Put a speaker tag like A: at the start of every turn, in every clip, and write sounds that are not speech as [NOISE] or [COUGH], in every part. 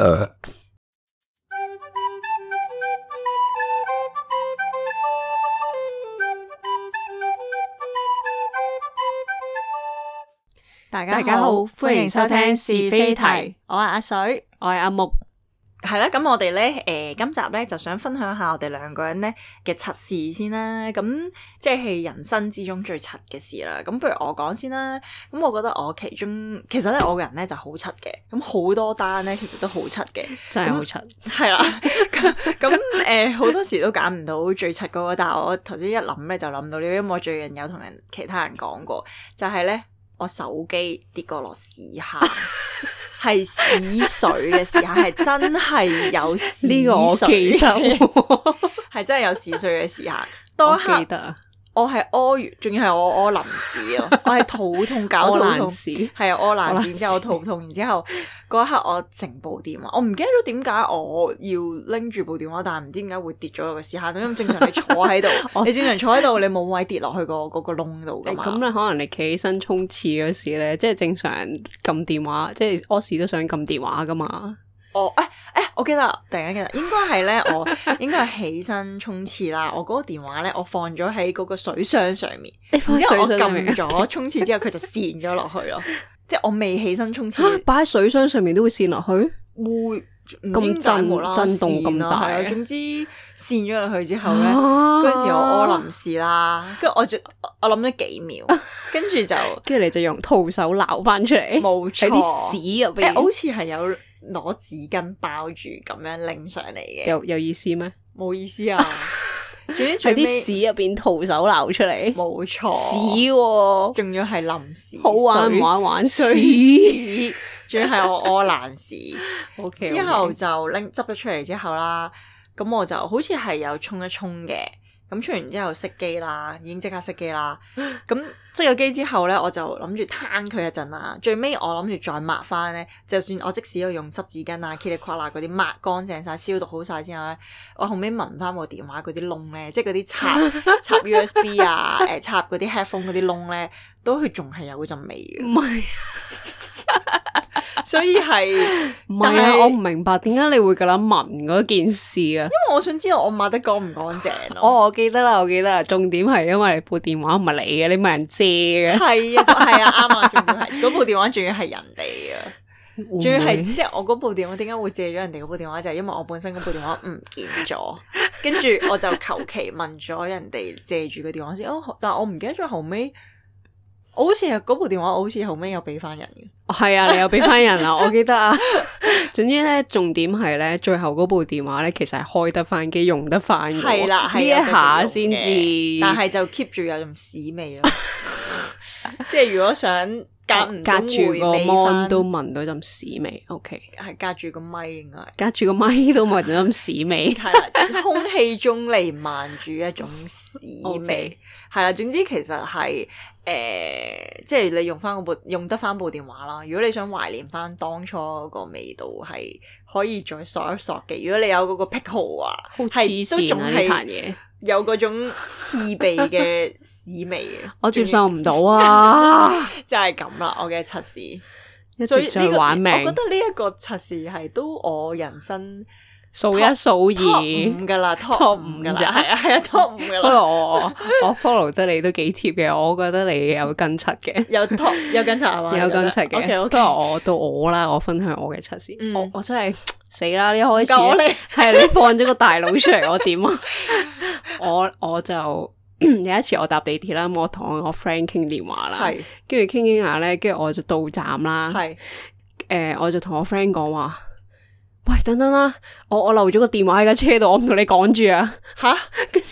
A: Uh,
B: 大
C: 大家好，歡迎收聽是非題，，
B: 我係阿水。
C: 我係阿木，
B: 係啦，咁我哋咧，誒、今集咧就想分享下我哋兩個人咧嘅柒事先啦。咁即係人生之中最柒嘅事啦。咁不如我講先啦。咁我覺得我其中，其實咧我個人咧就好柒嘅，咁好多單咧其實都好柒嘅。
C: 真係好柒，
B: 係啦，咁咁誒好多時都揀唔到最柒嗰個，但係我頭先一諗咧就諗到呢個，因為我最近有同人其他人講過，就係咧我手機跌過落屎
C: [LAUGHS]
B: 坑，係屎水嘅屎坑，係真係有屎水，
C: 呢個我記得喎，
B: [LAUGHS] 係真係有屎水嘅屎坑。
C: [LAUGHS] 我
B: 當
C: 記
B: 刻
C: 得啊，
B: 我係屙完，仲要係我屙臨屎咯，我係肚痛搞
C: 我
B: 肚
C: 爛
B: 痛。
C: 屎，
B: 係啊，屙
C: 屙
B: 爛
C: 爛
B: 屎，然之後我
C: 屎
B: 肚痛，然之後嗰一刻我成部電話，我唔記得咗點解我要拎住部電話，但係唔知點解會跌咗落個屎坑度。因為正常你坐喺度，
C: [LAUGHS] 我
B: 你正常坐喺度，你冇位跌落去個嗰個窿度噶嘛。
C: 咁咧可能你企起身沖廁嗰時咧，即係正常撳電話，即係屙屎都想撳電話噶嘛，
B: 我誒誒，我記得啦，突然間記得，應該係咧，我 [LAUGHS] 應該係起身沖廁啦。我嗰個電話咧，我放咗喺嗰個水箱上面，
C: 你
B: 然
C: 放
B: 之後
C: 水
B: 我
C: 箱上面
B: 撳咗沖廁之後，佢就跣咗落去咯。即係我未起身沖
C: 吓
B: 廁，
C: 擺喺水箱上面都會跣落去，
B: 會唔知
C: 咁
B: 點解
C: 震
B: 無啦啦
C: 震動咁
B: 跣咯
C: 大
B: 係啊
C: 嘅啊
B: 總之跣咗落去之後咧。嗰
C: 嗰
B: 陣時我屙臨時啦，跟住我就我我諗咗幾秒，
C: 啊
B: 跟住就
C: 跟住你就用徒手撈翻出嚟，
B: 冇錯
C: 喺啲屎入
B: 誒，
C: 邊
B: 我，好似係有攞紙巾包住咁樣拎上嚟嘅，
C: 有有意思咩？
B: 冇意思
C: [LAUGHS]
B: 啊！總之
C: 喺
B: 最
C: 啲
B: 尾
C: 屎入邊徒手撈出嚟，
B: 冇錯，
C: 屎喎，
B: 仲要係臨時，
C: 好玩唔
B: 水
C: 玩玩
B: 水
C: 屎？
B: 屎，仲要係我屙爛屎。
C: OK，
B: 之後就拎執咗出嚟之後啦，咁我就好似係有沖一沖嘅，咁沖完之後熄機啦，已經即刻熄機啦。
C: [LAUGHS]
B: 咁熄咗機之後咧，我就諗住攤佢一陣啦。最尾我諗住再抹翻咧，就算我即使要用濕紙巾啊、茄哩垮啦嗰啲抹乾淨晒、消毒好晒之後咧，我後尾聞翻部電話嗰啲窿咧，即係嗰啲插
C: [LAUGHS]
B: 插 USB 啊、誒、插嗰啲 headphone 嗰啲窿咧，都佢仲係有嗰陣味嘅，
C: 唔係
B: [LAUGHS] 所以係。
C: 唔係
B: 但
C: 啊！
B: 係
C: 我唔明白點解你會咁樣問嗰件事啊！
B: 因為我想知道我抹得乾唔乾淨咯。
C: 哦，我記得啦，我記得啦，重點係因為你部電話唔係你嘅，你問人借 [LAUGHS] 嘅，
B: 係啊，係啊，啱啊，仲要係 [LAUGHS] 嗰部電話仲要係人哋啊，仲要係即係我嗰部電話點解會借咗人哋嗰部電話，就係、因為我本身嗰部電話唔見咗，跟住我就求其問咗人哋借住個電話先，哦，但係我唔記得咗後尾，我好似係嗰部電話，我好似後尾有俾翻人嘅，
C: 係啊，你又俾翻 [LAUGHS] 人啦，我記得啊。總之咧，重點係咧，最後嗰部電話咧，其實係開得翻機，用得翻嘅喎。
B: 係啦，係
C: 呢一
B: 有繼續
C: 下
B: 用
C: 先
B: 嘅
C: 至。
B: 但係就 keep 住有陣屎
C: [LAUGHS]
B: 味咯，即係如果想隔唔
C: 隔住個 mon
B: 芒
C: 都聞到陣屎味，OK。
B: 係隔住個咪應該係。
C: 隔住個咪都聞到陣屎味。
B: 係啦，空氣中瀰漫住一種屎
C: [LAUGHS] OK
B: 味，係啦。總之其實係誒、呃即係你用翻嗰部用得翻部電話啦。如果你想懷念翻當初嗰個味道，係可以再索一索嘅。如果你有嗰個癖好啊，
C: 好黐
B: 係都
C: 線
B: 仲
C: 啊！呢壇
B: 係
C: 嘢，
B: 有嗰種刺鼻
C: [LAUGHS]，
B: 嘅屎味嘅
C: 我接受唔到啊！
B: [LAUGHS] 就係咁啦。我嘅測試，
C: 一
B: 所以
C: 直
B: 呢、
C: 在
B: 個
C: 玩命
B: 我，覺得呢一個測試係都我人生
C: 數一數
B: top
C: 二
B: 五。噶
C: [LAUGHS]
B: 啦
C: top
B: ，top 五噶
C: 五咋
B: 啦，係啊係啊 top 五噶
C: 不 [LAUGHS]
B: 啦
C: 過。我我 follow 得你都幾貼嘅，我覺得你有跟七嘅，
B: 有 top 有緊查係嘛？
C: 有跟七嘅。
B: OK
C: 不
B: OK，
C: 過我到我啦，我分享我嘅七先。
B: 嗯
C: 我我真係死啦！呢一開始
B: 夠我
C: 呢
B: 你
C: [LAUGHS] 係你放咗個大佬出嚟，我點啊？ [LAUGHS] 我我就 [COUGHS] 有一次我搭地鐵啦，咁我同我個 friend 傾電話啦，
B: 係
C: 跟住傾傾下咧，跟住我就到站啦。
B: 係
C: 誒、呃我就同我 friend 講話，喂，等等啦，我我漏咗個電話喺架車度，我唔同你講住啊。 [LAUGHS]
B: 吓，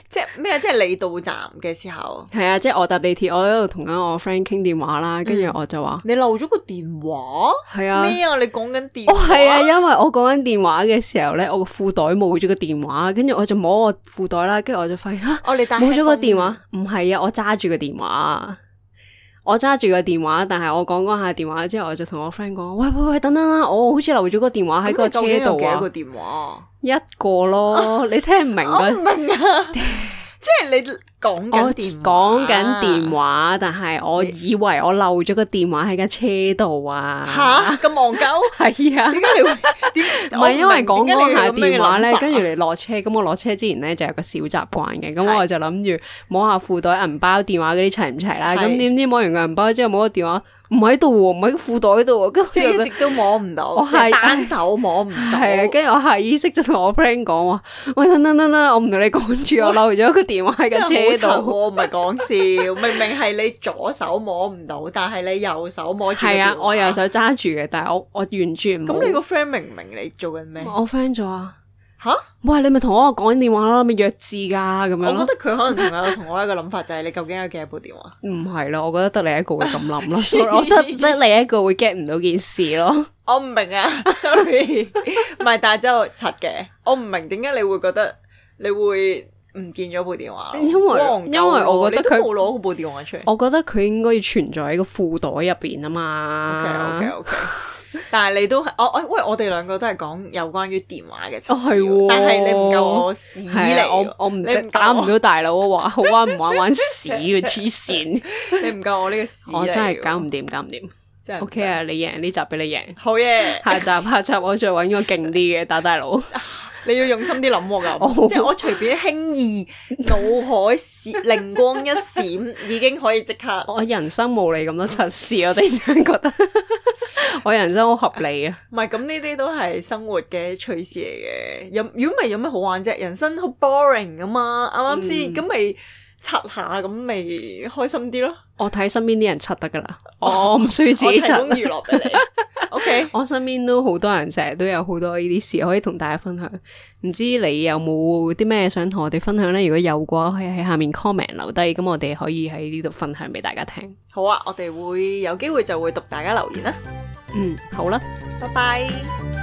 B: 即係咩？即係你到站嘅時候，
C: 係啊，即係我搭地鐵，我喺度同緊我 friend 傾電話啦，跟住
B: 嗯
C: 我就話
B: 你漏咗個電話
C: 係啊。
B: 咩啊？你講緊
C: [LAUGHS]
B: 電
C: 哦，
B: 話？
C: 係啊，因為我講緊電話嘅時候咧，我個褲袋冇咗個電話，跟住我就摸我褲袋啦，跟住我就發現吓
B: 哦，你戴
C: 冇咗個
B: headphone
C: 電話，唔係啊，我揸住個電話，我揸住個電話，但係我講講下電話之後，我就同我 friend 講，喂喂喂，等等啦，我好似留咗個電話喺個車
B: 咁你究
C: 度
B: 竟有
C: 啊
B: 幾多個，電話？
C: 一個咯，你聽唔明
B: 我
C: 啊 [LAUGHS]
B: 唔？明啊！即係你講
C: 我
B: 緊電
C: 講緊電
B: 話
C: 話，但係我以為我漏咗個電話喺架車度啊！
B: 吓咁戇鳩，
C: [LAUGHS] 係啊，
B: 點解你會
C: 唔
B: 點？我
C: 係因為講
B: 明點解
C: 嗰
B: 你
C: 下
B: 要咁樣嘅
C: 電話咧
B: 諗，法
C: 跟住你落車，咁我落車之前咧就有個小習慣嘅，咁
B: 係
C: 我就諗住摸下褲袋、銀包、電話嗰啲齊唔齊啦。
B: 係
C: 咁點知摸完個銀包之後摸個電話唔喺度喎，唔喺褲袋度喎，跟
B: [LAUGHS] 即係
C: 住
B: 一直都摸唔到，
C: 我
B: 即係
C: 係
B: 單手摸唔到。
C: [LAUGHS] 係啊，跟住我下意識就同我 friend 講話：喂，等等等等，我唔同你講住，我漏咗個電話喺
B: 真
C: 架
B: 係
C: 車
B: 好啊
C: 度。
B: 我唔係講笑，明明係你左手摸唔到，但係你右手摸住。
C: 係啊，我右。手揸住嘅，但係我我完全冇
B: 咁你個 friend 明唔明你做緊咩？
C: 我 friend 咗啊！
B: 吓？
C: 喂，你咪同我講電話啦，咪弱智噶咁樣
B: 我覺
C: 咯。
B: 得佢可能同我同我一個諗法，就係你究竟有幾多部電話？
C: 唔係咯，我覺得得你一個會咁諗咯。
B: [LAUGHS] 黐
C: sorry，我覺得得你一個會 get 唔到件事咯。
B: 我唔明 [LAUGHS] 啊，sorry，唔係，但係真係柒嘅。我唔明點解你會覺得你會唔見咗部電話咯？
C: 因為
B: 好戇鳩
C: 因為我覺得
B: 咯你都
C: 佢
B: 冇攞嗰部電話出嚟。
C: 我覺得佢應該要存在喺個褲袋入邊啊嘛。
B: OK OK OK，但係你都係我我喂，我哋兩個都係講有關於電話嘅測試
C: 哦係喎
B: 但係你唔夠我屎
C: 係
B: 嚟
C: 啊，我
B: 喎，
C: 我唔
B: 你唔夠
C: 打
B: 我
C: 唔到大佬啊！話好玩唔玩玩屎
B: [LAUGHS]
C: 嘅黐線，
B: 你唔夠我呢個屎嚟喎，
C: 我真係搞唔掂，搞唔掂。
B: 真係唔得
C: OK，啊，你贏呢集俾你贏，
B: 好嘢，
C: 下集下集我再揾個勁啲嘅打大
B: [LAUGHS]
C: 佬。
B: 你要用心啲諗我
C: 好
B: 㗎，即係我隨便
C: [LAUGHS]
B: 輕易腦海閃靈光一閃，已經可以即刻。
C: 我人生冇你咁多測試，我突然間覺得 [LAUGHS] 我人生好合理啊！
B: 唔係咁呢啲都係生活嘅趣事嚟嘅，有如果唔係有咩好玩啫？人生好 boring 噶嘛，啱啱先？
C: 嗯
B: 咁咪刷下，咁咪開心啲咯。
C: 我睇身邊啲人出得噶啦，我唔需要自己出
B: 我提。供娛樂
C: [LAUGHS]
B: 俾你。OK，
C: 我身邊都好多人成日都有好多呢啲事可以同大家分享，唔知你有冇啲咩想同我哋分享呢？如果有嘅話，可以喺下面 comment 留低，咁我哋可以喺呢度分享俾大家聽。
B: 好啊，我哋會有機會就會讀大家留言啦。
C: 嗯，好啦。
B: 拜拜。